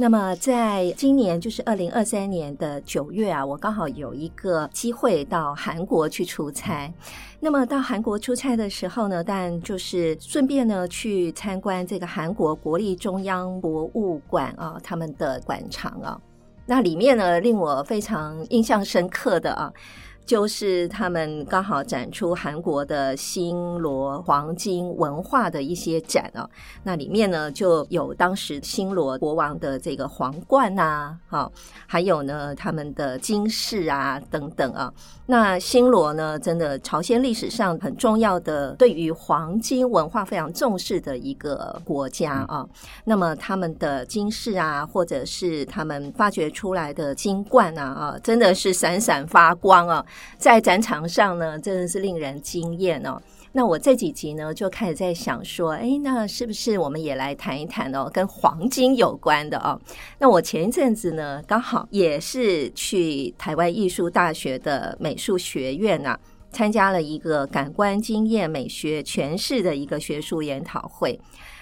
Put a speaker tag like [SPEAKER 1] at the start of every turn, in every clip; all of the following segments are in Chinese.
[SPEAKER 1] 那么，在今年就是二零二三年的九月啊，我刚好有一个机会到韩国去出差。那么到韩国出差的时候呢，但就是顺便呢去参观这个韩国国立中央博物馆啊，他们的馆藏啊。那里面呢，令我非常印象深刻的啊，就是他们刚好展出韩国的新罗黄金文化的一些展啊。那里面呢就有当时新罗国王的这个皇冠呐、啊，哈、还有呢他们的金饰啊等等啊。那新罗呢，真的朝鲜历史上很重要的，对于黄金文化非常重视的一个国家啊。那么他们的金饰啊，或者是他们发掘出来的金冠啊，啊，真的是闪闪发光啊，在展场上呢，真的是令人惊艳哦。那我这几集呢，就开始在想说，哎，那是不是我们也来谈一谈哦，跟黄金有关的哦？那我前一阵子呢，刚好也是去台湾艺术大学的美术学院啊，参加了一个感官经验美学诠释的一个学术研讨会。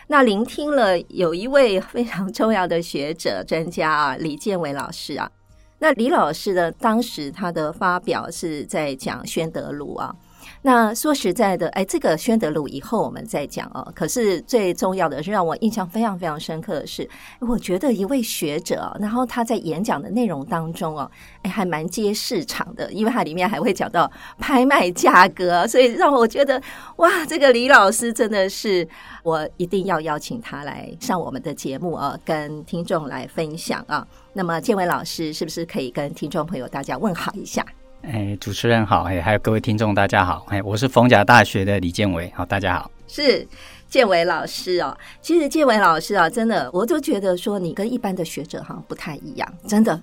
[SPEAKER 1] 那聆听了有一位非常重要的学者专家啊，李建伟老师啊。那李老师呢，当时他的发表是在讲宣德鲁啊。那说实在的，哎，这个宣德鲁以后我们再讲哦。可是最重要的是，让我印象非常非常深刻的是，我觉得一位学者、哦，然后他在演讲的内容当中哦，哎，还蛮接市场的，因为它里面还会讲到拍卖价格，所以让我觉得哇，这个李老师真的是我一定要邀请他来上我们的节目啊，跟听众来分享啊。那么建伟老师是不是可以跟听众朋友大家问好一下？
[SPEAKER 2] 哎，主持人好，哎，还有各位听众大家好，哎，我是逢甲大学的李建伟，好，大家好。
[SPEAKER 1] 是建伟老师哦，其实建伟老师啊，真的，我就觉得说你跟一般的学者好像不太一样，真的。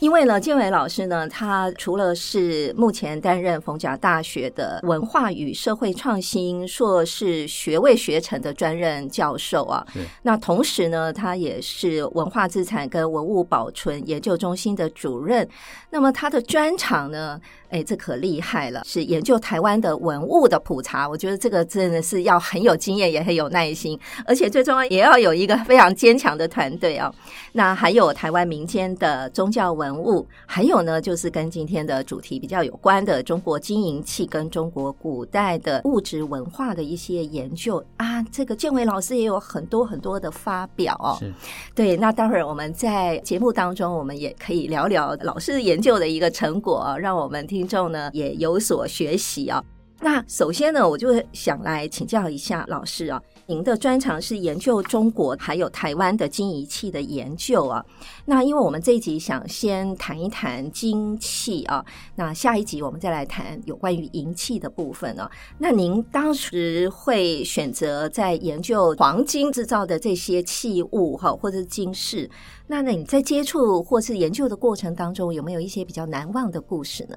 [SPEAKER 1] 因为呢，建伟老师呢，他除了是目前担任逢甲大学的文化与社会创新硕士学位学程的专任教授啊
[SPEAKER 2] 对，
[SPEAKER 1] 那同时呢，他也是文化资产跟文物保存研究中心的主任。那么他的专长呢，哎，这可厉害了，是研究台湾的文物的普查。我觉得这个真的是要很有经验，也很有耐心，而且最重要也要有一个非常坚强的团队啊。那还有台湾民间的宗教文物，还有呢，就是跟今天的主题比较有关的中国金银器跟中国古代的物质文化的一些研究啊。这个建伟老师也有很多很多的发表哦。
[SPEAKER 2] 是，
[SPEAKER 1] 对，那待会儿我们在节目当中，我们也可以聊聊老师研究的一个成果、啊，让我们听众呢也有所学习啊。那首先呢，我就想来请教一下老师啊，您的专长是研究中国还有台湾的金仪器的研究啊。那因为我们这一集想先谈一谈金器啊，那下一集我们再来谈有关于银器的部分啊。那您当时会选择在研究黄金制造的这些器物哈，或者是金饰？那那你在接触或是研究的过程当中，有没有一些比较难忘的故事呢？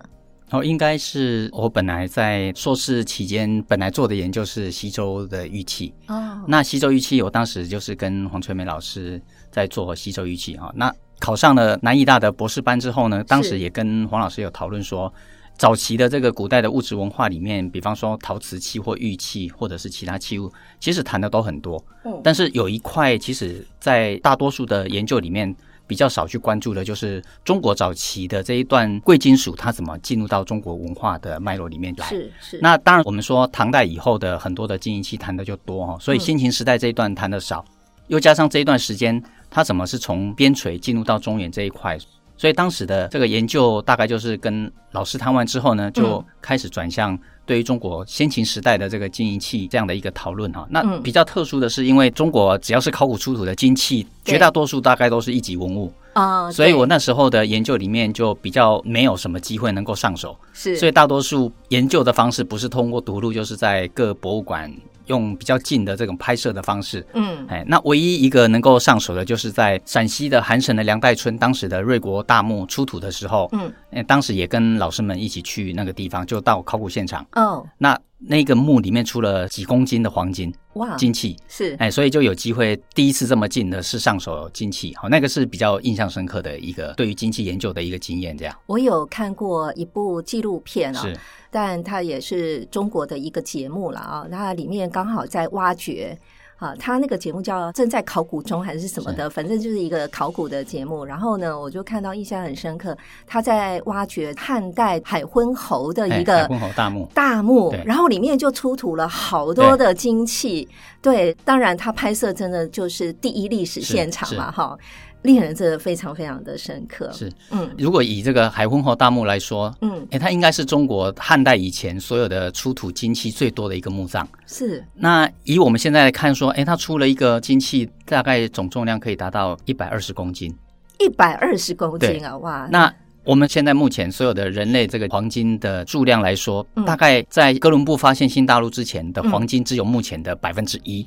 [SPEAKER 2] 然哦后应该是我本来在硕士期间，本来做的研究是西周的玉器。
[SPEAKER 1] 哦，
[SPEAKER 2] 那西周玉器，我当时就是跟黄春梅老师在做西周玉器哈。那考上了南艺大的博士班之后呢，当
[SPEAKER 1] 是
[SPEAKER 2] 时也跟黄老师有讨论说，早期的这个古代的物质文化里面，比方说陶瓷器或玉器，或者是其他器物，其实谈的都很多。
[SPEAKER 1] 嗯
[SPEAKER 2] 但是有一块，其实在大多数的研究里面比较少去关注的，就是中国早期的这一段贵金属，它怎么进入到中国文化的脉络里面来。
[SPEAKER 1] 是是，
[SPEAKER 2] 那当然，我们说唐代以后的很多的金银器谈的就多哈、哦，
[SPEAKER 1] 嗯
[SPEAKER 2] 所以先秦时代这一段谈的少，又加上这一段时间，它怎么是从边陲进入到中原这一块，所以当时的这个研究大概就是跟老师谈完之后呢，
[SPEAKER 1] 嗯
[SPEAKER 2] 就开始转向对于中国先秦时代的这个金银器这样的一个讨论哈、那
[SPEAKER 1] 嗯
[SPEAKER 2] 比较特殊的是，因为中国只要是考古出土的金器，
[SPEAKER 1] 对
[SPEAKER 2] 绝大多数大概都是一级文物，
[SPEAKER 1] 啊，
[SPEAKER 2] 所以
[SPEAKER 1] 对
[SPEAKER 2] 我那时候的研究里面就比较没有什么机会能够上手。
[SPEAKER 1] 是
[SPEAKER 2] 所以大多数研究的方式不是通过读录，就是在各博物馆。用比较近的这种拍摄的方式。
[SPEAKER 1] 嗯
[SPEAKER 2] 哎，那唯一一个能够上手的，就是在陕西的韩省的梁代村，当时的瑞国大墓出土的时候，
[SPEAKER 1] 嗯
[SPEAKER 2] 哎，当时也跟老师们一起去那个地方，就到考古现场。
[SPEAKER 1] 哦
[SPEAKER 2] 那那个墓里面出了几公斤的黄金
[SPEAKER 1] 哇
[SPEAKER 2] 金器，
[SPEAKER 1] 是
[SPEAKER 2] 哎，所以就有机会第一次这么近的是上手金器，好，那个是比较印象深刻的一个对于金器研究的一个经验，这样
[SPEAKER 1] 我有看过一部纪录片啊、
[SPEAKER 2] 是
[SPEAKER 1] 但它也是中国的一个节目了啊、那里面刚好在挖掘。啊，它那个节目叫《正在考古中》还是什么的，反正就是一个考古的节目。然后呢，我就看到印象很深刻，他在挖掘汉代海昏侯的一
[SPEAKER 2] 哎
[SPEAKER 1] 个
[SPEAKER 2] 海昏侯大墓，
[SPEAKER 1] 大墓
[SPEAKER 2] 对，
[SPEAKER 1] 然后里面就出土了好多的金器。对，当然他拍摄真的就是第一历史现场嘛，哈，令人真的非常非常的深刻。
[SPEAKER 2] 是
[SPEAKER 1] 嗯
[SPEAKER 2] 如果以这个海昏侯大墓来说，
[SPEAKER 1] 嗯，
[SPEAKER 2] 哎，它应该是中国汉代以前所有的出土金器最多的一个墓葬。
[SPEAKER 1] 是
[SPEAKER 2] 那以我们现在来看说，哎，它出了一个金器，大概总重量可以达到一百二十公斤。
[SPEAKER 1] 一百二十公斤啊，哇！
[SPEAKER 2] 那我们现在目前所有的人类这个黄金的数量来说，
[SPEAKER 1] 嗯
[SPEAKER 2] 大概在哥伦布发现新大陆之前的
[SPEAKER 1] 嗯
[SPEAKER 2] 黄金只有目前的百分之一。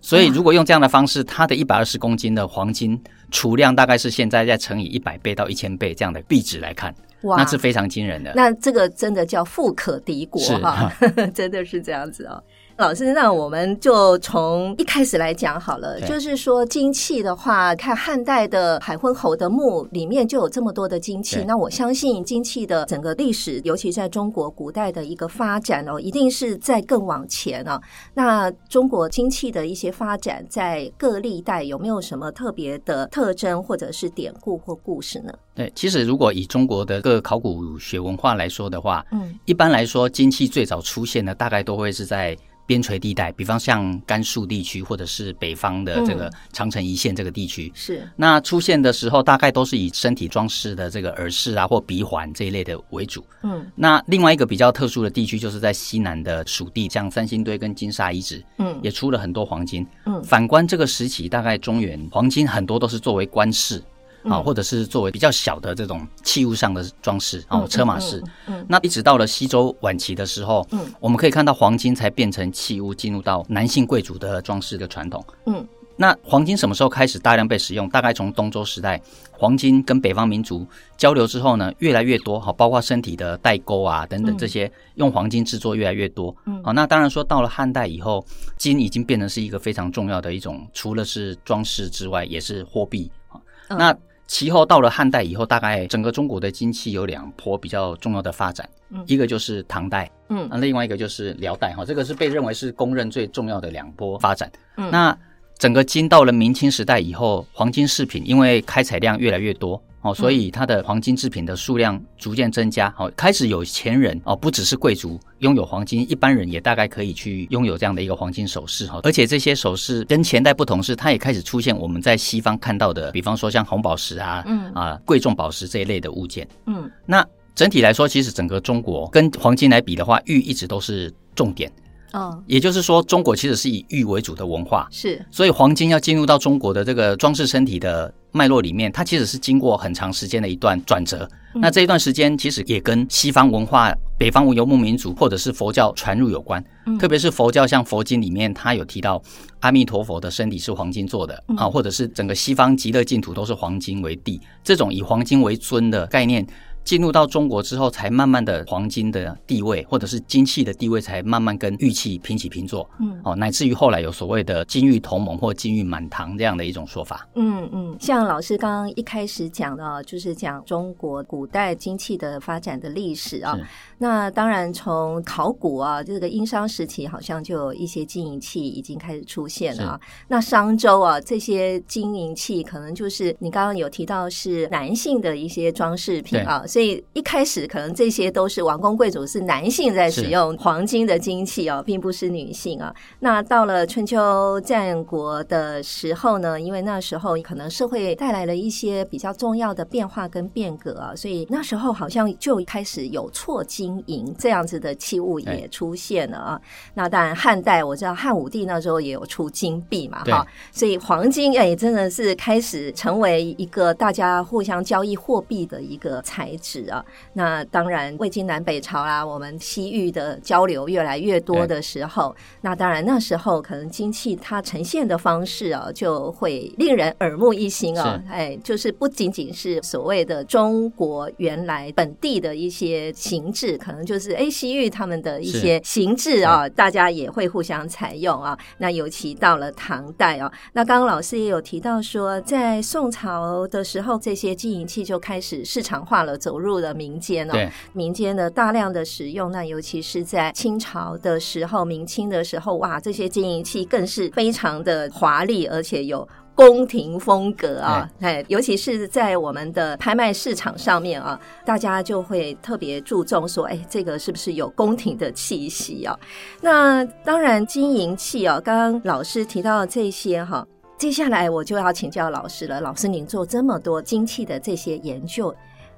[SPEAKER 2] 所以，如果用这样的方式，它的一百二十公斤的黄金储量大概是现在再乘以一百倍到一千倍这样的币值来看，
[SPEAKER 1] 哇，
[SPEAKER 2] 那是非常惊人的。
[SPEAKER 1] 那这个真的叫富可敌国
[SPEAKER 2] 是
[SPEAKER 1] 哈， 真的是这样子哦。老师，那我们就从一开始来讲好了，
[SPEAKER 2] 对
[SPEAKER 1] 就是说金器的话，看汉代的海昏侯的墓里面就有这么多的金器
[SPEAKER 2] 对，
[SPEAKER 1] 那我相信金器的整个历史，尤其在中国古代的一个发展哦，一定是在更往前哦。那中国经济的一些发展，在各历代有没有什么特别的特征，或者是典故或故事呢？
[SPEAKER 2] 对，其实如果以中国的各考古学文化来说的话，
[SPEAKER 1] 嗯，
[SPEAKER 2] 一般来说，金器最早出现的大概都会是在边陲地带，比方像甘肃地区或者是北方的这个
[SPEAKER 1] 嗯
[SPEAKER 2] 长城一线这个地区。
[SPEAKER 1] 是
[SPEAKER 2] 那出现的时候，大概都是以身体装饰的这个耳饰啊或鼻环这一类的为主。
[SPEAKER 1] 嗯
[SPEAKER 2] 那另外一个比较特殊的地区，就是在西南的蜀地，像三星堆跟金沙遗址
[SPEAKER 1] 嗯
[SPEAKER 2] 也出了很多黄金。
[SPEAKER 1] 嗯
[SPEAKER 2] 反观这个时期，大概中原黄金很多都是作为官饰啊，
[SPEAKER 1] 嗯
[SPEAKER 2] 或者是作为比较小的这种器物上的装饰啊，
[SPEAKER 1] 嗯
[SPEAKER 2] 车马饰。
[SPEAKER 1] 嗯嗯
[SPEAKER 2] 那一直到了西周晚期的时候，
[SPEAKER 1] 嗯
[SPEAKER 2] 我们可以看到黄金才变成器物，进入到男性贵族的装饰的传统。
[SPEAKER 1] 嗯
[SPEAKER 2] 那黄金什么时候开始大量被使用？大概从东周时代，黄金跟北方民族交流之后呢，越来越多，好，包括身体的代沟啊等
[SPEAKER 1] 嗯
[SPEAKER 2] 等这些，用黄金制作越来越多。
[SPEAKER 1] 嗯
[SPEAKER 2] 好，那当然说到了汉代以后，金已经变成是一个非常重要的一种，除了是装饰之外，也是货币。好
[SPEAKER 1] 嗯
[SPEAKER 2] 那其后到了汉代以后，大概整个中国的经济有两波比较重要的发展，
[SPEAKER 1] 嗯
[SPEAKER 2] 一个就是唐代，
[SPEAKER 1] 嗯
[SPEAKER 2] 那另外一个就是辽代哈，这个是被认为是公认最重要的两波发展。
[SPEAKER 1] 嗯
[SPEAKER 2] 那整个金到了明清时代以后，黄金饰品因为开采量越来越多哦，所
[SPEAKER 1] 嗯
[SPEAKER 2] 以它的黄金制品的数量逐渐增加。哦，开始有钱人哦，不只是贵族拥有黄金，一般人也大概可以去拥有这样的一个黄金首饰哈、哦。而且这些首饰跟前代不同是，它也开始出现我们在西方看到的，比方说像红宝石啊、
[SPEAKER 1] 嗯
[SPEAKER 2] 啊贵重宝石这一类的物件。
[SPEAKER 1] 嗯
[SPEAKER 2] 那整体来说，其实整个中国跟黄金来比的话，玉一直都是重点。
[SPEAKER 1] 哦
[SPEAKER 2] 也就是说，中国其实是以玉为主的文化，
[SPEAKER 1] 是
[SPEAKER 2] 所以黄金要进入到中国的这个装饰身体的脉络里面，它其实是经过很长时间的一段转折。
[SPEAKER 1] 嗯
[SPEAKER 2] 那这一段时间其实也跟西方文化、北方游牧民族或者是佛教传入有关，
[SPEAKER 1] 嗯
[SPEAKER 2] 特别是佛教，像佛经里面它有提到阿弥陀佛的身体是黄金做的、
[SPEAKER 1] 嗯
[SPEAKER 2] 啊，或者是整个西方极乐净土都是黄金为地，这种以黄金为尊的概念。进入到中国之后，才慢慢的黄金的地位，或者是金器的地位，才慢慢跟玉器平起平坐。
[SPEAKER 1] 嗯
[SPEAKER 2] 哦，乃至于后来有所谓的金玉同盟或金玉满堂这样的一种说法。
[SPEAKER 1] 嗯嗯，像老师刚刚一开始讲的哦，就是讲中国古代经济的发展的历史啊、
[SPEAKER 2] 是
[SPEAKER 1] 那当然，从考古啊，这个殷商时期好像就有一些金银器已经开始出现了、啊。那商周啊，这些金银器可能就是你刚刚有提到是男性的一些装饰品啊，所以一开始可能这些都是王公贵族是男性在使
[SPEAKER 2] 是
[SPEAKER 1] 用黄金的金器哦、并不是女性啊。那到了春秋战国的时候呢，因为那时候可能社会带来了一些比较重要的变化跟变革啊，所以那时候好像就开始有错金银这样子的器物也
[SPEAKER 2] 对
[SPEAKER 1] 出现了啊。那当然汉代我知道汉武帝那时候也有出金币嘛，
[SPEAKER 2] 对
[SPEAKER 1] 哈，所以黄金哎真的是开始成为一个大家互相交易货币的一个财值啊。那当然，魏晋南北朝啦、我们西域的交流越来越多的时候，那当然那时候可能金器它呈现的方式啊，就会令人耳目一新啊。哎，就是不仅仅是所谓的中国原来本地的一些形制，可能就是哎西域他们的一些形制啊，大家也会互相采用啊。那尤其到了唐代啊，那刚刚老师也有提到说，在宋朝的时候，这些金银器就开始市场化了，走入了民间哦。
[SPEAKER 2] 对，
[SPEAKER 1] 民间的大量的使用，那尤其是在清朝的时候、明清的时候，哇，这些金银器更是非常的华丽，而且有。宫廷风格啊，哎，尤其是在我们的拍卖市场上面啊，大家就会特别注重说，哎，这个是不是有宫廷的气息啊？那当然，金银器啊，刚刚老师提到这些哈、接下来我就要请教老师了。老师，您做这么多精细的这些研究，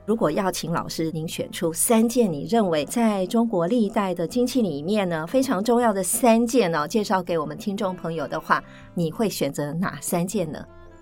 [SPEAKER 1] 如果要请老师您选出三件你认为在中国历代的经济里面呢非常重要的三件呢、介绍给我们听众朋友的话，你会选择哪三件呢？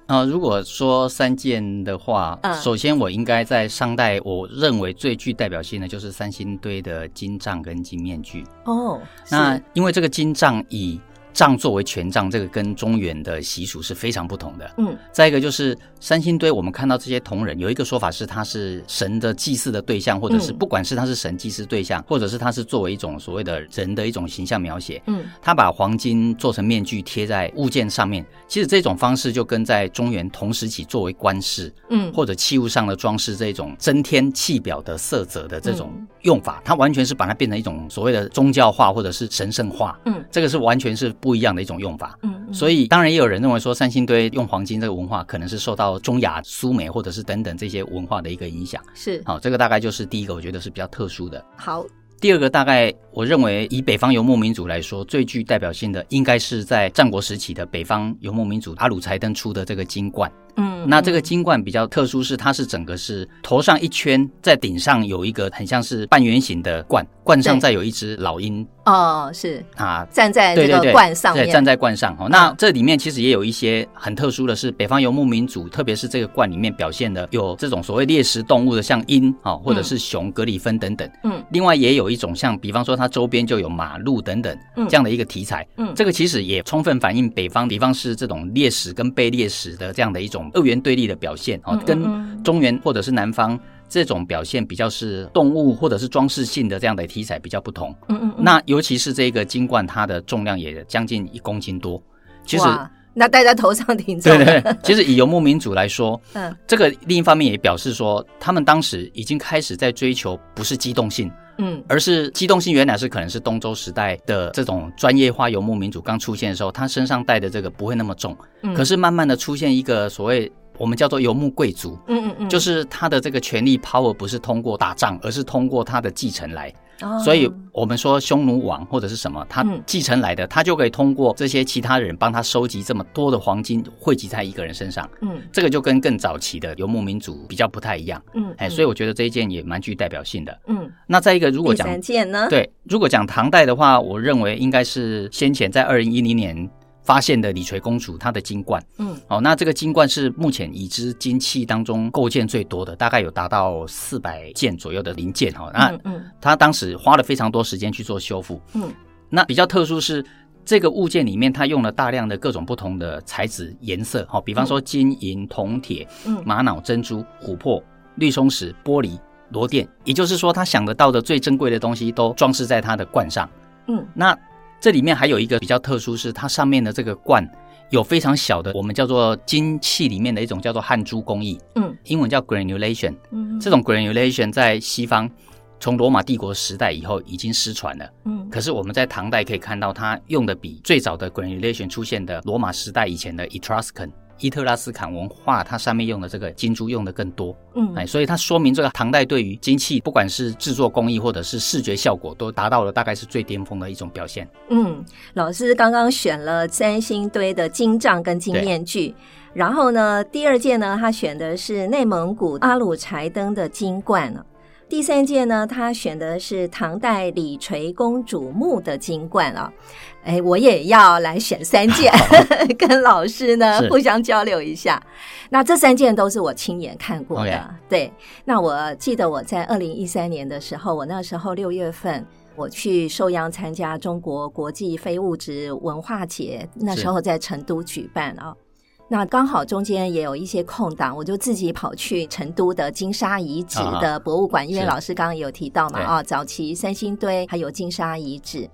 [SPEAKER 2] 啊、如果说三件的话，
[SPEAKER 1] 嗯
[SPEAKER 2] 首先我应该在商代，我认为最具代表性的就是三星堆的金杖跟金面具。
[SPEAKER 1] 哦，是
[SPEAKER 2] 那因为这个金杖以杖作为权杖，这个跟中原的习俗是非常不同的。
[SPEAKER 1] 嗯，
[SPEAKER 2] 再一个就是三星堆，我们看到这些铜人，有一个说法是它是神的祭祀的对象，或者是
[SPEAKER 1] 嗯
[SPEAKER 2] 不管是它是神祭祀对象，或者是它是作为一种所谓的人的一种形象描写。
[SPEAKER 1] 嗯
[SPEAKER 2] 他把黄金做成面具贴在物件上面，其实这种方式就跟在中原同时期作为官饰
[SPEAKER 1] 嗯，
[SPEAKER 2] 或者器物上的装饰这种增添器表的色泽的这种
[SPEAKER 1] 嗯
[SPEAKER 2] 用法，它完全是把它变成一种所谓的宗教化或者是神圣化，
[SPEAKER 1] 嗯
[SPEAKER 2] 这个是完全是不一样的一种用法。
[SPEAKER 1] 嗯，
[SPEAKER 2] 所
[SPEAKER 1] 以
[SPEAKER 2] 以，当然也有人认为说，三星堆用黄金这个文化，可能是受到中亚、苏美或者是等等这些文化的一个影响。
[SPEAKER 1] 是
[SPEAKER 2] 好、这个大概就是第一个，我觉得是比较特殊的。
[SPEAKER 1] 好，
[SPEAKER 2] 第二个，大概我认为以北方游牧民族来说，最具代表性的应该是在战国时期的北方游牧民族阿鲁柴登出的这个金冠。
[SPEAKER 1] 嗯，
[SPEAKER 2] 那这个金冠比较特殊，是它是整个是头上一圈，在顶上有一个很像是半圆形的冠，冠上
[SPEAKER 1] 对
[SPEAKER 2] 再有一只老鹰
[SPEAKER 1] 哦是
[SPEAKER 2] 啊。
[SPEAKER 1] 站在
[SPEAKER 2] 对
[SPEAKER 1] 这
[SPEAKER 2] 嗯对
[SPEAKER 1] 个
[SPEAKER 2] 对，
[SPEAKER 1] 冠上面，嗯
[SPEAKER 2] 对，站在冠上哦。那这里面其实也有一些很特殊的是，北方游牧民族，特别是这个冠里面表现的有这种所谓猎食动物的，像鹰啊、哦，或者是熊、格里芬等等。
[SPEAKER 1] 嗯
[SPEAKER 2] 另外也有一种像，比方说它周边就有马路等等
[SPEAKER 1] 嗯
[SPEAKER 2] 这样的一个题材，
[SPEAKER 1] 嗯
[SPEAKER 2] 这个其实也充分反映北方，比方是这种猎食跟被猎食的这样的一种二元对立的表现哦
[SPEAKER 1] 嗯，嗯
[SPEAKER 2] 跟
[SPEAKER 1] 嗯
[SPEAKER 2] 中原或者是南方这种表现比较是动物或者是装饰性的这样的题材比较不同。
[SPEAKER 1] 嗯嗯嗯，
[SPEAKER 2] 那尤其是这个金冠，它的重量也将近一公斤多，其实。
[SPEAKER 1] 哇那戴在头上挺重
[SPEAKER 2] 对
[SPEAKER 1] 的，
[SPEAKER 2] 对，对其实以游牧民族来说，
[SPEAKER 1] 嗯
[SPEAKER 2] 这个另一方面也表示说，他们当时已经开始在追求不是机动性，
[SPEAKER 1] 嗯
[SPEAKER 2] 而是机动性原来是可能是东周时代的这种专业化游牧民族刚出现的时候，他身上带的这个不会那么重，
[SPEAKER 1] 嗯，
[SPEAKER 2] 可是慢慢的出现一个所谓我们叫做游牧贵族。
[SPEAKER 1] 嗯嗯嗯，
[SPEAKER 2] 就是他的这个权力 power 不是通过打仗，而是通过他的继承来。
[SPEAKER 1] 哦
[SPEAKER 2] 所以我们说匈奴王或者是什么，他
[SPEAKER 1] 嗯
[SPEAKER 2] 继承来的，他就可以通过这些其他人帮他收集这么多的黄金，汇集在一个人身上。
[SPEAKER 1] 嗯
[SPEAKER 2] 这个就跟更早期的游牧民族比较不太一样。
[SPEAKER 1] 嗯，
[SPEAKER 2] 哎，
[SPEAKER 1] 嗯
[SPEAKER 2] 所以我觉得这一件也蛮具代表性的。
[SPEAKER 1] 嗯，
[SPEAKER 2] 那再一个，如果
[SPEAKER 1] 第
[SPEAKER 2] 讲
[SPEAKER 1] 三件呢，
[SPEAKER 2] 对，如果讲唐代的话，我认为应该是先前在二零一零年发现的李垂公主她的金冠。
[SPEAKER 1] 嗯，
[SPEAKER 2] 哦，那这个金冠是目前已知金器当中构件最多的，大概有达到四百件左右的零件。哦，那
[SPEAKER 1] 嗯嗯
[SPEAKER 2] 她当时花了非常多时间去做修复。
[SPEAKER 1] 嗯，
[SPEAKER 2] 那比较特殊是。这个物件里面，它用了大量的各种不同的材质、颜色，哦，比方说金银、铜、铁，
[SPEAKER 1] 嗯
[SPEAKER 2] 玛瑙、珍珠、琥珀、绿松石、玻璃、螺钿，也就是说，他想得到的最珍贵的东西都装饰在它的冠上。
[SPEAKER 1] 嗯
[SPEAKER 2] 那这里面还有一个比较特殊是，它上面的这个冠有非常小的，我们叫做金器里面的一种叫做汗珠工艺，
[SPEAKER 1] 嗯
[SPEAKER 2] 英文叫 granulation。
[SPEAKER 1] 嗯，
[SPEAKER 2] 这种 granulation 在西方从罗马帝国时代以后已经失传了。
[SPEAKER 1] 嗯
[SPEAKER 2] 可是我们在唐代可以看到，它用的比最早的 granulation 出现的罗马时代以前的 Etruscan 伊特拉斯坎文化，它上面用的这个金珠用的更多，
[SPEAKER 1] 嗯
[SPEAKER 2] 哎，所以它说明这个唐代对于金器，不管是制作工艺或者是视觉效果，都达到了大概是最巅峰的一种表现。
[SPEAKER 1] 嗯，老师刚刚选了三星堆的金杖跟金面具，然后呢，第二件呢，他选的是内蒙古阿鲁柴登的金冠了。第三届呢，他选的是唐代李垂公主墓的金冠啊、哎，我也要来选三件，跟老师呢
[SPEAKER 2] 是
[SPEAKER 1] 互相交流一下。那这三件都是我亲眼看过的。
[SPEAKER 2] OK
[SPEAKER 1] 对，那我记得我在二零一三年的时候，我那时候六月份。我去寿阳参加中国国际非物质文化节，那时候在成都举办啊、那刚好中间也有一些空档，我就自己跑去成都的金沙遗址
[SPEAKER 2] 啊
[SPEAKER 1] 的博物馆，因为
[SPEAKER 2] 是
[SPEAKER 1] 老师刚刚有提到嘛，
[SPEAKER 2] 对
[SPEAKER 1] 啊，早期三星堆还有金沙遗址。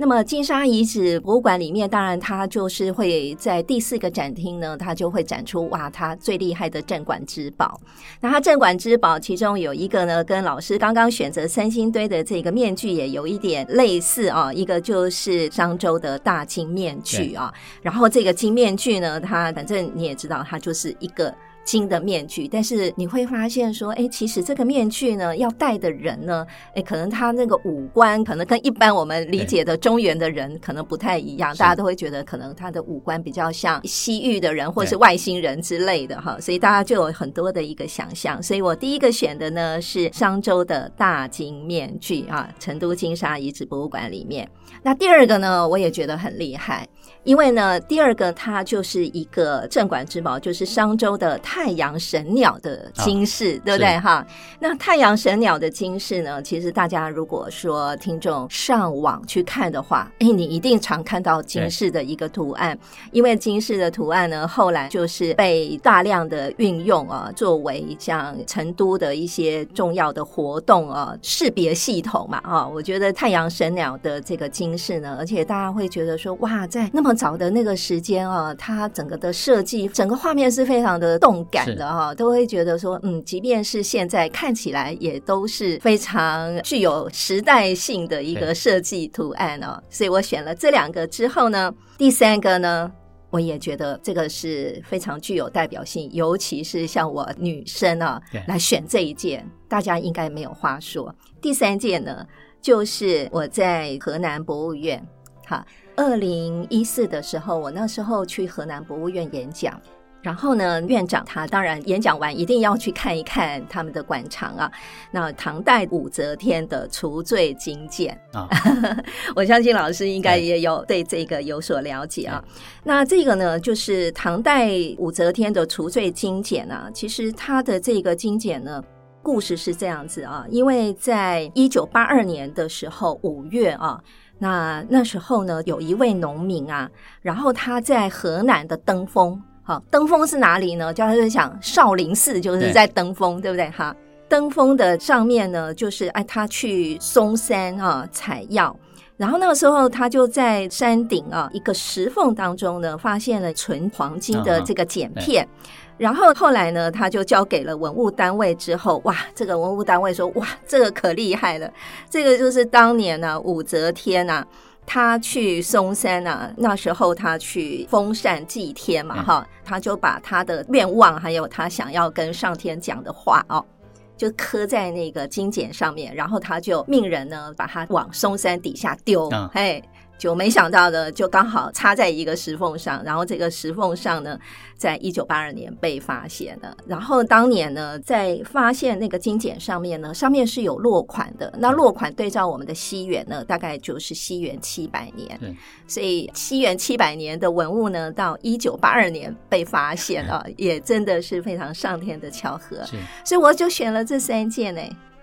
[SPEAKER 1] 那么金沙遗址博物馆里面，当然它就是会在第四个展厅呢，它就会展出哇，它最厉害的镇馆之宝。那它镇馆之宝其中有一个呢，跟老师刚刚选择三星堆的这个面具也有一点类似啊，一个就是商周的大金面具啊，然后这个金面具呢，它反正你也知道，它就是一个金的面具，但是你会发现说，哎，其实这个面具呢，要戴的人呢，哎，可能他那个五官可能跟一般我们理解的中原的人可能不太一样，
[SPEAKER 2] 是
[SPEAKER 1] 大家都会觉得可能他的五官比较像西域的人或是
[SPEAKER 2] 对
[SPEAKER 1] 外星人之类的哈，所以大家就有很多的一个想象。所以我第一个选的呢是商周的大金面具啊，成都金沙遗址博物馆里面。那第二个呢，我也觉得很厉害，因为呢，第二个它就是一个镇馆之宝，就是商周的太阳神鸟的金饰，对不对
[SPEAKER 2] 是
[SPEAKER 1] 哈？那太阳神鸟的金饰呢，其实大家如果说听众上网去看的话，哎，你一定常看到金饰的一个图案，因为金饰的图案呢，后来就是被大量的运用啊，作为像成都的一些重要的活动啊，识别系统嘛啊，我觉得太阳神鸟的这个金饰呢，而且大家会觉得说，哇，在那么早的那个时间啊，它整个的设计，整个画面是非常的动感的哈、都会觉得说，嗯，即便是现在看起来也都是非常具有时代性的一个
[SPEAKER 2] 对
[SPEAKER 1] 设计图案哦。所以我选了这两个之后呢，第三个呢，我也觉得这个是非常具有代表性，尤其是像我女生啊
[SPEAKER 2] 对
[SPEAKER 1] 来选这一件，大家应该没有话说。第三件呢，就是我在河南博物院，哈，二零一四的时候，我那时候去河南博物院演讲。然后呢，院长他当然演讲完一定要去看一看他们的馆藏啊。那唐代武则天的除罪金鉴
[SPEAKER 2] 啊，
[SPEAKER 1] 我相信老师应该
[SPEAKER 2] 对
[SPEAKER 1] 也有对这个有所了解啊。那这个呢，就是唐代武则天的除罪精简啊。其实她的这个精简呢，故事是这样子啊，因为在一九八二年的时候五月啊，那那时候呢，有一位农民啊，然后他在河南的登封，好、登封是哪里呢？就他就想少林寺就是
[SPEAKER 2] 对
[SPEAKER 1] 在登封，对不对？哈，登封的上面呢，就是哎，他去嵩山啊采药。然后那个时候，他就在山顶啊一个石缝当中呢，发现了纯黄金的
[SPEAKER 2] 嗯嗯
[SPEAKER 1] 这个剪片。然后后来呢，他就交给了文物单位之后，哇，这个文物单位说，哇，这个可厉害了，这个就是当年呢、武则天啊呐、他去嵩山啊，那时候他去封禅祭天嘛，
[SPEAKER 2] 嗯
[SPEAKER 1] 哈、他就把他的愿望还有他想要跟上天讲的话哦，就刻在那个金简上面，然后他就命人呢把它往嵩山底下丢
[SPEAKER 2] 嗯，
[SPEAKER 1] 哎、就没想到呢，就刚好插在一个石缝上，然后这个石缝上呢，在一九八二年被发现了。然后当年呢，在发现那个金简上面呢，上面是有落款的。那落款对照我们的西元呢，大概就是西元七百年。
[SPEAKER 2] 对
[SPEAKER 1] 所以西元七百年的文物呢，到一九八二年被发现啊，也真的是非常上天的巧合。
[SPEAKER 2] 是
[SPEAKER 1] 所以我就选了这三件呢。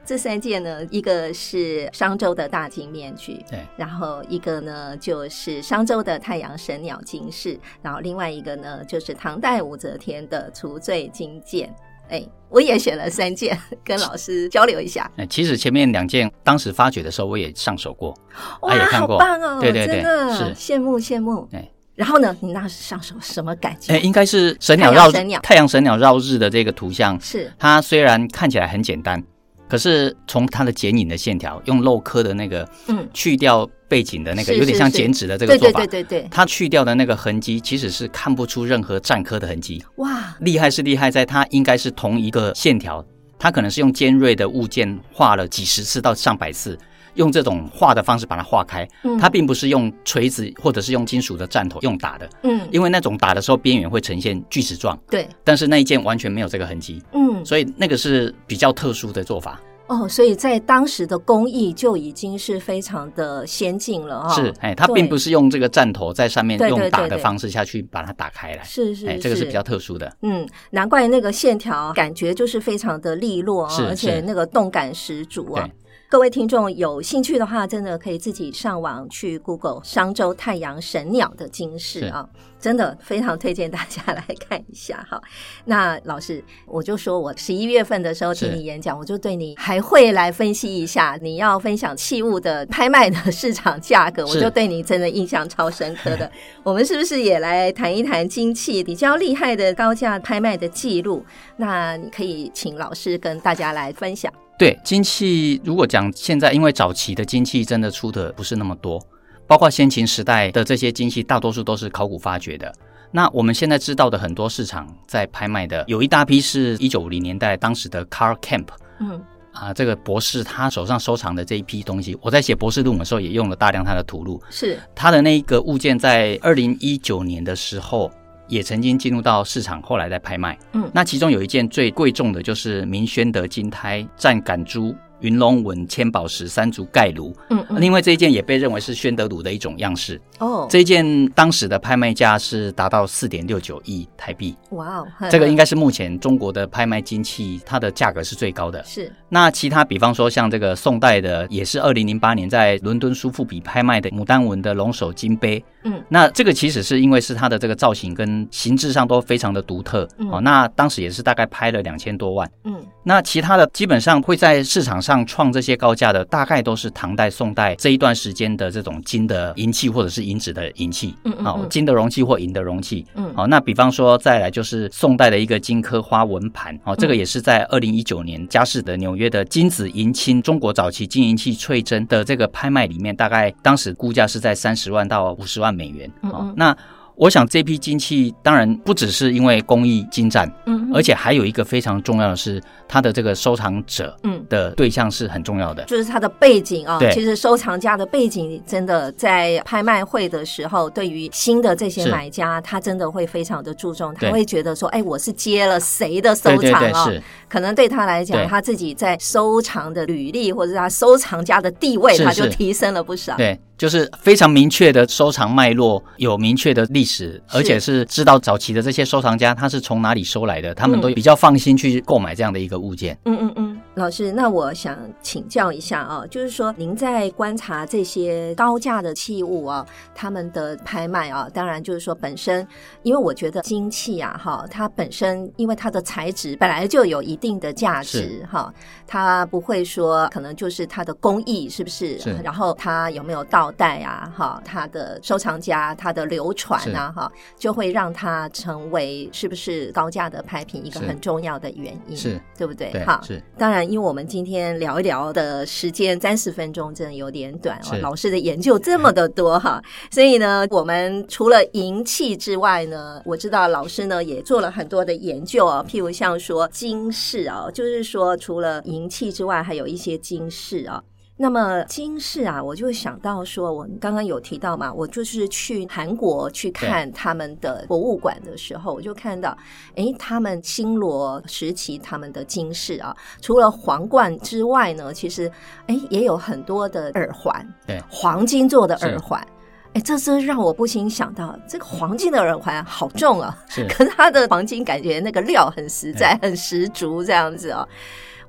[SPEAKER 1] 这三件呢，一个是商周的大金面具，
[SPEAKER 2] 对
[SPEAKER 1] 然后一个呢就是商周的太阳神鸟金饰，然后另外一个呢就是唐代武则天的除罪金鉴。哎，我也选了三件， 跟老师交流一下。
[SPEAKER 2] 哎，其实前面两件当时发掘的时候我也上手过，
[SPEAKER 1] 哇，
[SPEAKER 2] 哎也看
[SPEAKER 1] 好
[SPEAKER 2] 过
[SPEAKER 1] 棒哦！
[SPEAKER 2] 对对对
[SPEAKER 1] 真的
[SPEAKER 2] 是
[SPEAKER 1] 羡慕羡慕。
[SPEAKER 2] 哎
[SPEAKER 1] 然后呢，你那是上手什么感觉？
[SPEAKER 2] 哎，应该是神
[SPEAKER 1] 太
[SPEAKER 2] 鸟
[SPEAKER 1] 阳
[SPEAKER 2] 绕
[SPEAKER 1] 神鸟
[SPEAKER 2] 太阳神鸟绕日的这个图像，
[SPEAKER 1] 是
[SPEAKER 2] 它虽然看起来很简单，可是从它的剪影的线条，用镂刻的那个，
[SPEAKER 1] 嗯
[SPEAKER 2] 去掉背景的那个，
[SPEAKER 1] 是
[SPEAKER 2] 有点像
[SPEAKER 1] 是是
[SPEAKER 2] 剪纸的这
[SPEAKER 1] 对
[SPEAKER 2] 个做
[SPEAKER 1] 对
[SPEAKER 2] 法，
[SPEAKER 1] 对对对，
[SPEAKER 2] 它去掉的那个痕迹，其实是看不出任何篆刻的痕迹。
[SPEAKER 1] 哇，
[SPEAKER 2] 厉害是厉害在它应该是同一个线条，它可能是用尖锐的物件画了几十次到上百次，用这种画的方式把它画开。
[SPEAKER 1] 嗯
[SPEAKER 2] 它并不是用锤子或者是用金属的钻头用打的，
[SPEAKER 1] 嗯
[SPEAKER 2] 因为那种打的时候边缘会呈现锯齿状，
[SPEAKER 1] 对
[SPEAKER 2] 但是那一件完全没有这个痕迹，
[SPEAKER 1] 嗯
[SPEAKER 2] 所以那个是比较特殊的做法。
[SPEAKER 1] 哦，所以在当时的工艺就已经是非常的先进了哈、
[SPEAKER 2] 是，哎，它
[SPEAKER 1] 哦对
[SPEAKER 2] 并不是用这个站头在上面
[SPEAKER 1] 对对
[SPEAKER 2] 用打
[SPEAKER 1] 对
[SPEAKER 2] 的
[SPEAKER 1] 对
[SPEAKER 2] 方式下去把它打开来，
[SPEAKER 1] 是是
[SPEAKER 2] 哎，这个是比较特殊的。
[SPEAKER 1] 嗯，难怪那个线条啊感觉就是非常的利落啊、
[SPEAKER 2] 是
[SPEAKER 1] 而且
[SPEAKER 2] 是
[SPEAKER 1] 那个动感十足啊
[SPEAKER 2] 对。
[SPEAKER 1] 各位听众有兴趣的话，真的可以自己上网去 Google 商州太阳神鸟的金饰啊，真的非常推荐大家来看一下哈。那老师，我就说我十一月份的时候听
[SPEAKER 2] 是
[SPEAKER 1] 你演讲，我就对你还会来分析一下你要分享器物的拍卖的市场价格，我
[SPEAKER 2] 是
[SPEAKER 1] 就对你真的印象超深刻的。我们是不是也来谈一谈金器比较厉害的高价拍卖的记录？那可以请老师跟大家来分享。
[SPEAKER 2] 对，金器如果讲现在，因为早期的金器真的出的不是那么多，包括先秦时代的这些金器，大多数都是考古发掘的。那我们现在知道的很多市场在拍卖的，有一大批是一九五零年代当时的 Carl Camp
[SPEAKER 1] 嗯，
[SPEAKER 2] 啊，这个博士他手上收藏的这一批东西，我在写博士论文的时候也用了大量他的图录，
[SPEAKER 1] 是
[SPEAKER 2] 他的那个物件在二零一九年的时候也曾经进入到市场，后来在拍卖。
[SPEAKER 1] 嗯
[SPEAKER 2] 那其中有一件最贵重的就是明宣德金胎湛感珠。云龙纹千宝石三足盖炉，
[SPEAKER 1] 嗯嗯
[SPEAKER 2] 另外这一件也被认为是宣德炉的一种样式。
[SPEAKER 1] 哦，
[SPEAKER 2] 这一件当时的拍卖价是达到四点六九亿台币，
[SPEAKER 1] 哇哦，呵
[SPEAKER 2] 这个应
[SPEAKER 1] 呵
[SPEAKER 2] 该是目前中国的拍卖金器它的价格是最高 的。
[SPEAKER 1] 是
[SPEAKER 2] 那其他，比方说像这个宋代的，也是二零零八年在伦敦苏富比拍卖的牡丹纹的龙首金杯，
[SPEAKER 1] 嗯，
[SPEAKER 2] 那这个其实是因为是它的这个造型跟形制上都非常的独特，
[SPEAKER 1] 嗯
[SPEAKER 2] 哦，那当时也是大概拍了两千多万。
[SPEAKER 1] 嗯
[SPEAKER 2] 那其他的基本上会在市场上创这些高价的，大概都是唐代、宋代这一段时间的这种金的银器或者是银子的银器，
[SPEAKER 1] 嗯嗯
[SPEAKER 2] 好、
[SPEAKER 1] 嗯
[SPEAKER 2] 金的容器或银的容器。
[SPEAKER 1] 嗯
[SPEAKER 2] 好、那比方说再来就是宋代的一个金科花纹盘，哦，这个
[SPEAKER 1] 嗯
[SPEAKER 2] 也是在二零一九年佳士得纽约的金子银青中国早期金银器翠珍的这个拍卖里面，大概当时估价是在三十万到五十万美元。
[SPEAKER 1] 嗯嗯
[SPEAKER 2] 那我想这批金器当然不只是因为工艺精湛，
[SPEAKER 1] 嗯，
[SPEAKER 2] 而且还有一个非常重要的是，它的这个收藏者
[SPEAKER 1] 嗯。
[SPEAKER 2] 的对象是很重要的。
[SPEAKER 1] 就是它的背景啊、
[SPEAKER 2] 对
[SPEAKER 1] 其实收藏家的背景真的在拍卖会的时候，对于新的这些
[SPEAKER 2] 是
[SPEAKER 1] 买家，他真的会非常的注重，他
[SPEAKER 2] 对
[SPEAKER 1] 会觉得说，哎，我是接了谁的收
[SPEAKER 2] 对对
[SPEAKER 1] 藏
[SPEAKER 2] 对，
[SPEAKER 1] 啊、
[SPEAKER 2] 是
[SPEAKER 1] 可能对他来讲，
[SPEAKER 2] 对
[SPEAKER 1] 他自己在收藏的履历或者是他收藏家的地位，
[SPEAKER 2] 是
[SPEAKER 1] 他就是提升了不少。
[SPEAKER 2] 对，就是非常明确的收藏脉络，有明确的历史，而且是知道早期的这些收藏家他是从哪里收来的，他
[SPEAKER 1] 嗯
[SPEAKER 2] 们都比较放心去购买这样的一个物件。
[SPEAKER 1] 嗯嗯嗯，老师，那我想请教一下啊，就是说您在观察这些高价的器物啊，他们的拍卖啊，当然就是说本身，因为我觉得金器啊，哈，它本身因为它的材质本来就有一定的价值哈，它不会说可能就是它的工艺是不是，
[SPEAKER 2] 是
[SPEAKER 1] 然后它有没有倒带啊，哈，它的收藏家它的流传啊，哈，就会让它成为是不是高价的拍品一个
[SPEAKER 2] 是
[SPEAKER 1] 很重要的原因，
[SPEAKER 2] 是
[SPEAKER 1] 对不对？
[SPEAKER 2] 对
[SPEAKER 1] 好，，
[SPEAKER 2] 是
[SPEAKER 1] 当然，因为我们今天聊一聊的时间三十分钟，真的有点短哦。
[SPEAKER 2] 是
[SPEAKER 1] 老师的研究这么的多哈， 所以呢，我们除了银器之外呢，我知道老师呢也做了很多的研究哦，譬如像说金饰哦，就是说除了银器之外，还有一些金饰哦。那么金饰啊，我就想到说，我刚刚有提到嘛，我就是去韩国去看他们的博物馆的时候，我就看到，诶，他们新罗时期他们的金饰啊，除了皇冠之外呢，其实诶也有很多的耳环，
[SPEAKER 2] 对
[SPEAKER 1] 黄金做的耳
[SPEAKER 2] 是
[SPEAKER 1] 环。哎，这真让我不禁想到，这个黄金的耳环好重啊！
[SPEAKER 2] 是
[SPEAKER 1] 可是它的黄金感觉那个料很实在、很十足这样子哦。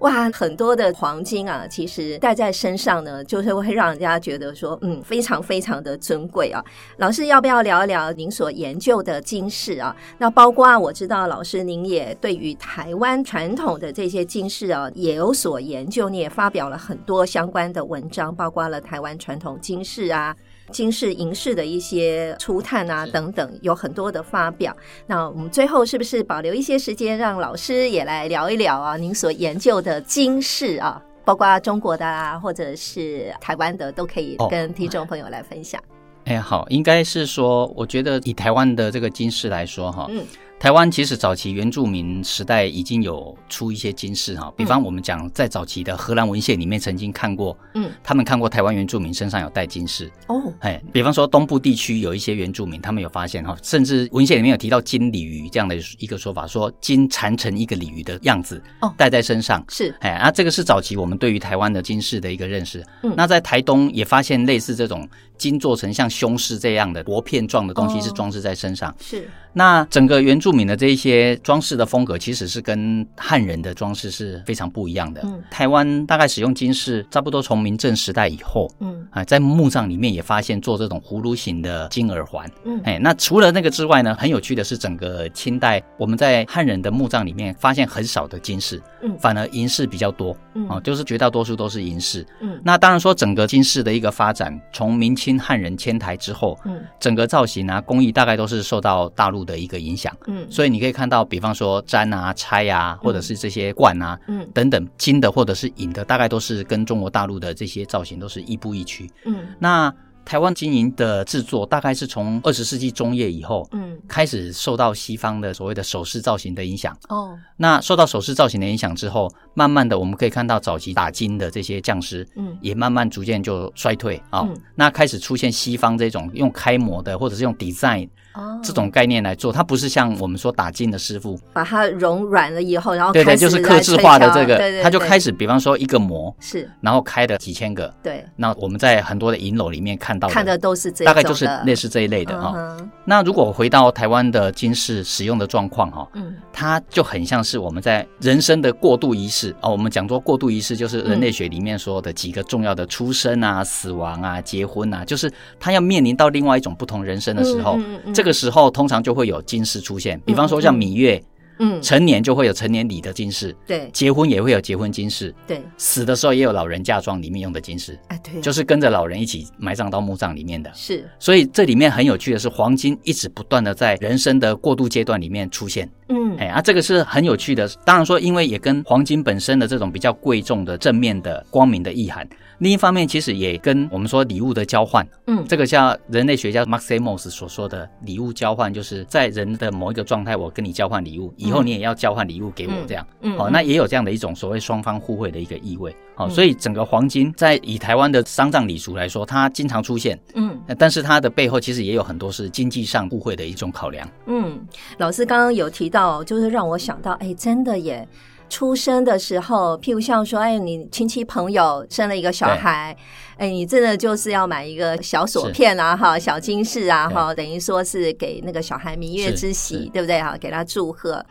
[SPEAKER 1] 哇，很多的黄金啊，其实戴在身上呢，就是会让人家觉得说，嗯，非常非常的尊贵啊。老师，要不要聊一聊您所研究的金饰啊？那包括啊，我知道老师您也对于台湾传统的这些金饰啊，也有所研究，你也发表了很多相关的文章，包括了台湾传统金饰啊。金饰、银饰的一些初探啊，
[SPEAKER 2] 是
[SPEAKER 1] 等等，有很多的发表。那我们最后是不是保留一些时间，让老师也来聊一聊啊？您所研究的金饰啊，包括中国的啊，或者是台湾的，都可以
[SPEAKER 2] 哦
[SPEAKER 1] 跟听众朋友来分享。
[SPEAKER 2] 哎，好，应该是说，我觉得以台湾的这个金饰来说哈，
[SPEAKER 1] 嗯
[SPEAKER 2] 台湾其实早期原住民时代已经有出一些金饰哈，比方我们讲在早期的荷兰文献里面曾经看过，
[SPEAKER 1] 嗯，
[SPEAKER 2] 他们看过台湾原住民身上有戴金饰，
[SPEAKER 1] 哦，
[SPEAKER 2] 哎，比方说东部地区有一些原住民，他们有发现哈，甚至文献里面有提到金鲤鱼这样的一个说法，说金缠成一个鲤鱼的样子
[SPEAKER 1] 哦
[SPEAKER 2] 戴在身上，
[SPEAKER 1] 是，
[SPEAKER 2] 哎，啊，这个是早期我们对于台湾的金饰的一个认识。
[SPEAKER 1] 嗯
[SPEAKER 2] 那在台东也发现类似这种金做成像胸饰这样的薄片状的东西
[SPEAKER 1] 哦
[SPEAKER 2] 是装饰在身上。
[SPEAKER 1] 是，
[SPEAKER 2] 那整个原住民的这一些装饰的风格，其实是跟汉人的装饰是非常不一样的。
[SPEAKER 1] 嗯
[SPEAKER 2] 台湾大概使用金饰，差不多从明郑时代以后。
[SPEAKER 1] 嗯
[SPEAKER 2] 啊，在墓葬里面也发现做这种葫芦形的金耳环，
[SPEAKER 1] 嗯
[SPEAKER 2] 哎，那除了那个之外呢，很有趣的是，整个清代我们在汉人的墓葬里面发现很少的金饰，
[SPEAKER 1] 嗯
[SPEAKER 2] 反而银饰比较多，
[SPEAKER 1] 嗯
[SPEAKER 2] 哦，就是绝大多数都是银饰。
[SPEAKER 1] 嗯
[SPEAKER 2] 那当然说，整个金饰的一个发展，从明清汉人迁台之后，
[SPEAKER 1] 嗯
[SPEAKER 2] 整个造型啊、工艺大概都是受到大陆的一个影响。
[SPEAKER 1] 嗯
[SPEAKER 2] 所以你可以看到，比方说簪啊、钗啊，或者是这些冠啊。
[SPEAKER 1] 嗯
[SPEAKER 2] 等等，金的或者是银的，大概都是跟中国大陆的这些造型都是亦步亦趋。
[SPEAKER 1] 嗯
[SPEAKER 2] 那台湾金银的制作，大概是从二十世纪中叶以后，
[SPEAKER 1] 嗯，
[SPEAKER 2] 开始受到西方的所谓的首饰造型的影响。
[SPEAKER 1] 哦，
[SPEAKER 2] 那受到首饰造型的影响之后，慢慢的我们可以看到早期打金的这些匠师，
[SPEAKER 1] 嗯
[SPEAKER 2] 也慢慢逐渐就衰退啊、
[SPEAKER 1] 嗯
[SPEAKER 2] 那开始出现西方这种用开模的，或者是用 design
[SPEAKER 1] 哦，
[SPEAKER 2] 这种概念来做，它不是像我们说打金的师傅，
[SPEAKER 1] 把它融软了以后，然后
[SPEAKER 2] 对
[SPEAKER 1] 哦
[SPEAKER 2] 对，
[SPEAKER 1] 开始
[SPEAKER 2] 就是
[SPEAKER 1] 来
[SPEAKER 2] 刻制
[SPEAKER 1] 推
[SPEAKER 2] 化的
[SPEAKER 1] 敲
[SPEAKER 2] 这个，
[SPEAKER 1] 对对
[SPEAKER 2] 他就
[SPEAKER 1] 对
[SPEAKER 2] 开始，比方说一个模，
[SPEAKER 1] 是
[SPEAKER 2] 然后开了几千个。
[SPEAKER 1] 对，
[SPEAKER 2] 那我们在很多的银楼里面看到的，
[SPEAKER 1] 看的都是这
[SPEAKER 2] 大概就是类
[SPEAKER 1] 似
[SPEAKER 2] 似这一类的哈、啊哦
[SPEAKER 1] 嗯
[SPEAKER 2] 那如果回到台湾的金饰使用的状况哈、
[SPEAKER 1] 嗯哼
[SPEAKER 2] 它就很像是我们在人生的过渡仪式哦。我们讲说过渡仪式就是人类学里面说的几个重要的出生啊、死亡啊、结婚啊，就是他要面临到另外一种不同人生的时候，
[SPEAKER 1] 嗯嗯嗯嗯
[SPEAKER 2] 这个时候通常就会有金饰出现。比方说像芈月，
[SPEAKER 1] 嗯，嗯，
[SPEAKER 2] 成年就会有成年礼的金饰，
[SPEAKER 1] 对
[SPEAKER 2] 结婚也会有结婚金饰，
[SPEAKER 1] 对，
[SPEAKER 2] 死的时候也有老人嫁妆里面用的金饰，
[SPEAKER 1] 哎对，
[SPEAKER 2] 就是跟着老人一起埋葬到墓葬里面的。
[SPEAKER 1] 是，
[SPEAKER 2] 所以这里面很有趣的是，黄金一直不断的在人生的过渡阶段里面出现。
[SPEAKER 1] 嗯
[SPEAKER 2] 哎啊，这个是很有趣的。当然说，因为也跟黄金本身的这种比较贵重的正面的光明的意涵，另一方面其实也跟我们说礼物的交换，
[SPEAKER 1] 嗯
[SPEAKER 2] 这个叫人类学家 Maximus 所说的礼物交换，就是在人的某一个状态，我跟你交换礼物，以后
[SPEAKER 1] 嗯
[SPEAKER 2] 你也要交换礼物给我这样。
[SPEAKER 1] 嗯，
[SPEAKER 2] 哦，
[SPEAKER 1] 嗯
[SPEAKER 2] 那也有这样的一种所谓双方互惠的一个意味。哦，
[SPEAKER 1] 嗯
[SPEAKER 2] 所以整个黄金在以台湾的丧葬礼俗来说，它经常出现，
[SPEAKER 1] 嗯。
[SPEAKER 2] 呃但是它的背后其实也有很多是经济上互惠的一种考量。
[SPEAKER 1] 嗯，老师刚刚有提到，就是让我想到，哎，真的耶。出生的时候，譬如像说，哎，你亲戚朋友生了一个小孩，哎，你真的就是要买一个小锁片啊，哈，小金饰啊，哈，等于说是给那个小孩明月
[SPEAKER 2] 是
[SPEAKER 1] 之喜
[SPEAKER 2] 是，
[SPEAKER 1] 对不对？哈，给他祝贺。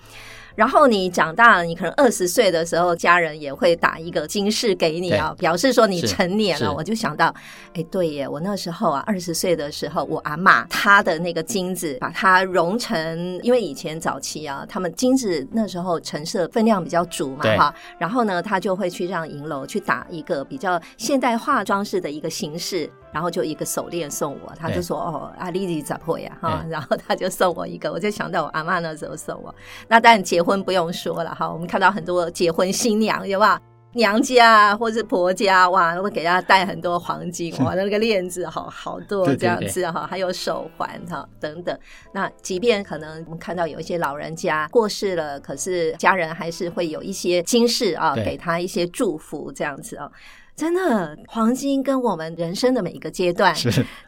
[SPEAKER 1] 然后你长大了，你可能二十岁的时候，家人也会打一个金饰给你啊，表示说你
[SPEAKER 2] 是
[SPEAKER 1] 成年了。
[SPEAKER 2] 是
[SPEAKER 1] 我就想到，哎，对耶，我那时候啊，二十岁的时候，我阿嬷她的那个金子，把它融成，因为以前早期啊，他们金子那时候成色分量比较足嘛，
[SPEAKER 2] 对
[SPEAKER 1] 哈，然后呢，他就会去让银楼去打一个比较现代化装饰的一个形式。然后就一个手链送我，他就
[SPEAKER 2] 对
[SPEAKER 1] 说：“哦，阿丽丽咋破呀？”哈，
[SPEAKER 2] 对
[SPEAKER 1] 然后他就送我一个，我就想到我阿嬷那时候送我。那当然结婚不用说了哈，我们看到很多结婚新娘，有吧？娘家啊或是婆家哇，会给她戴很多黄金哇，那个链子好好多
[SPEAKER 2] 对对
[SPEAKER 1] 这样子哈，还有手环哈等等。那即便可能我们看到有一些老人家过世了，可是家人还是会有一些金饰啊，
[SPEAKER 2] 对
[SPEAKER 1] 给他一些祝福这样子啊。真的，黄金跟我们人生的每一个阶段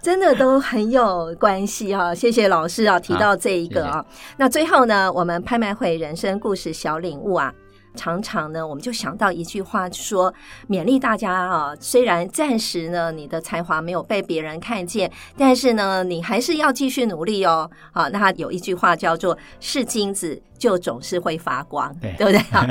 [SPEAKER 1] 真的都很有关系哈、谢谢老师啊，提到这一个啊。那最后呢，我们拍卖会人生故事小领悟啊。常常呢，我们就想到一句话说，勉励大家啊，虽然暂时呢你的才华没有被别人看见，但是呢你还是要继续努力哦。好、那它有一句话叫做“是金子就总是会发光”，
[SPEAKER 2] 对
[SPEAKER 1] 不对啊？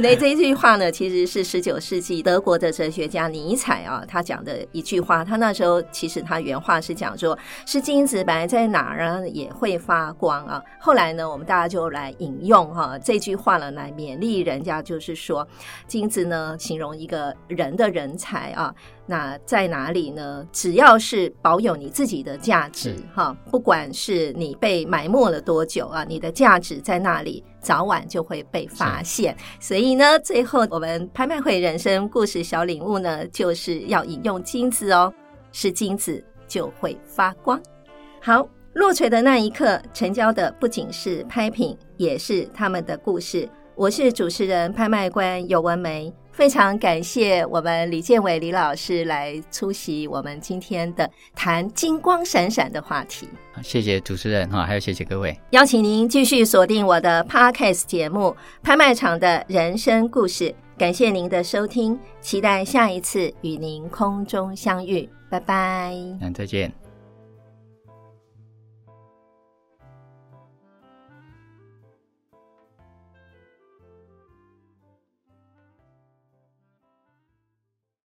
[SPEAKER 1] 那这一句话呢，其实是十九世纪德国的哲学家尼采啊，他讲的一句话。他那时候其实他原话是讲说，是金子本来在哪儿呢也会发光啊。后来呢，我们大家就来引用哈、这句话呢，来勉励人家，就是说金子呢形容一个人的人才啊。那在哪里呢？只要是保有你自己的价值
[SPEAKER 2] 是
[SPEAKER 1] 哈，不管是你被埋没了多久啊，你的价值在那里，早晚就会被发现。所以呢，最后我们拍卖会人生故事小领悟呢，就是要引用金子哦，是金子就会发光。好，落锤的那一刻，成交的不仅是拍品，也是他们的故事。我是主持人、拍卖官尤文梅，非常感谢我们李建伟李老师来出席我们今天的谈金光闪闪的话题。
[SPEAKER 2] 谢谢主持人哈，还有谢谢各位。
[SPEAKER 1] 邀请您继续锁定我的 Podcast 节目《拍卖场的人生故事》，感谢您的收听，期待下一次与您空中相遇，拜拜。
[SPEAKER 2] 嗯，再见。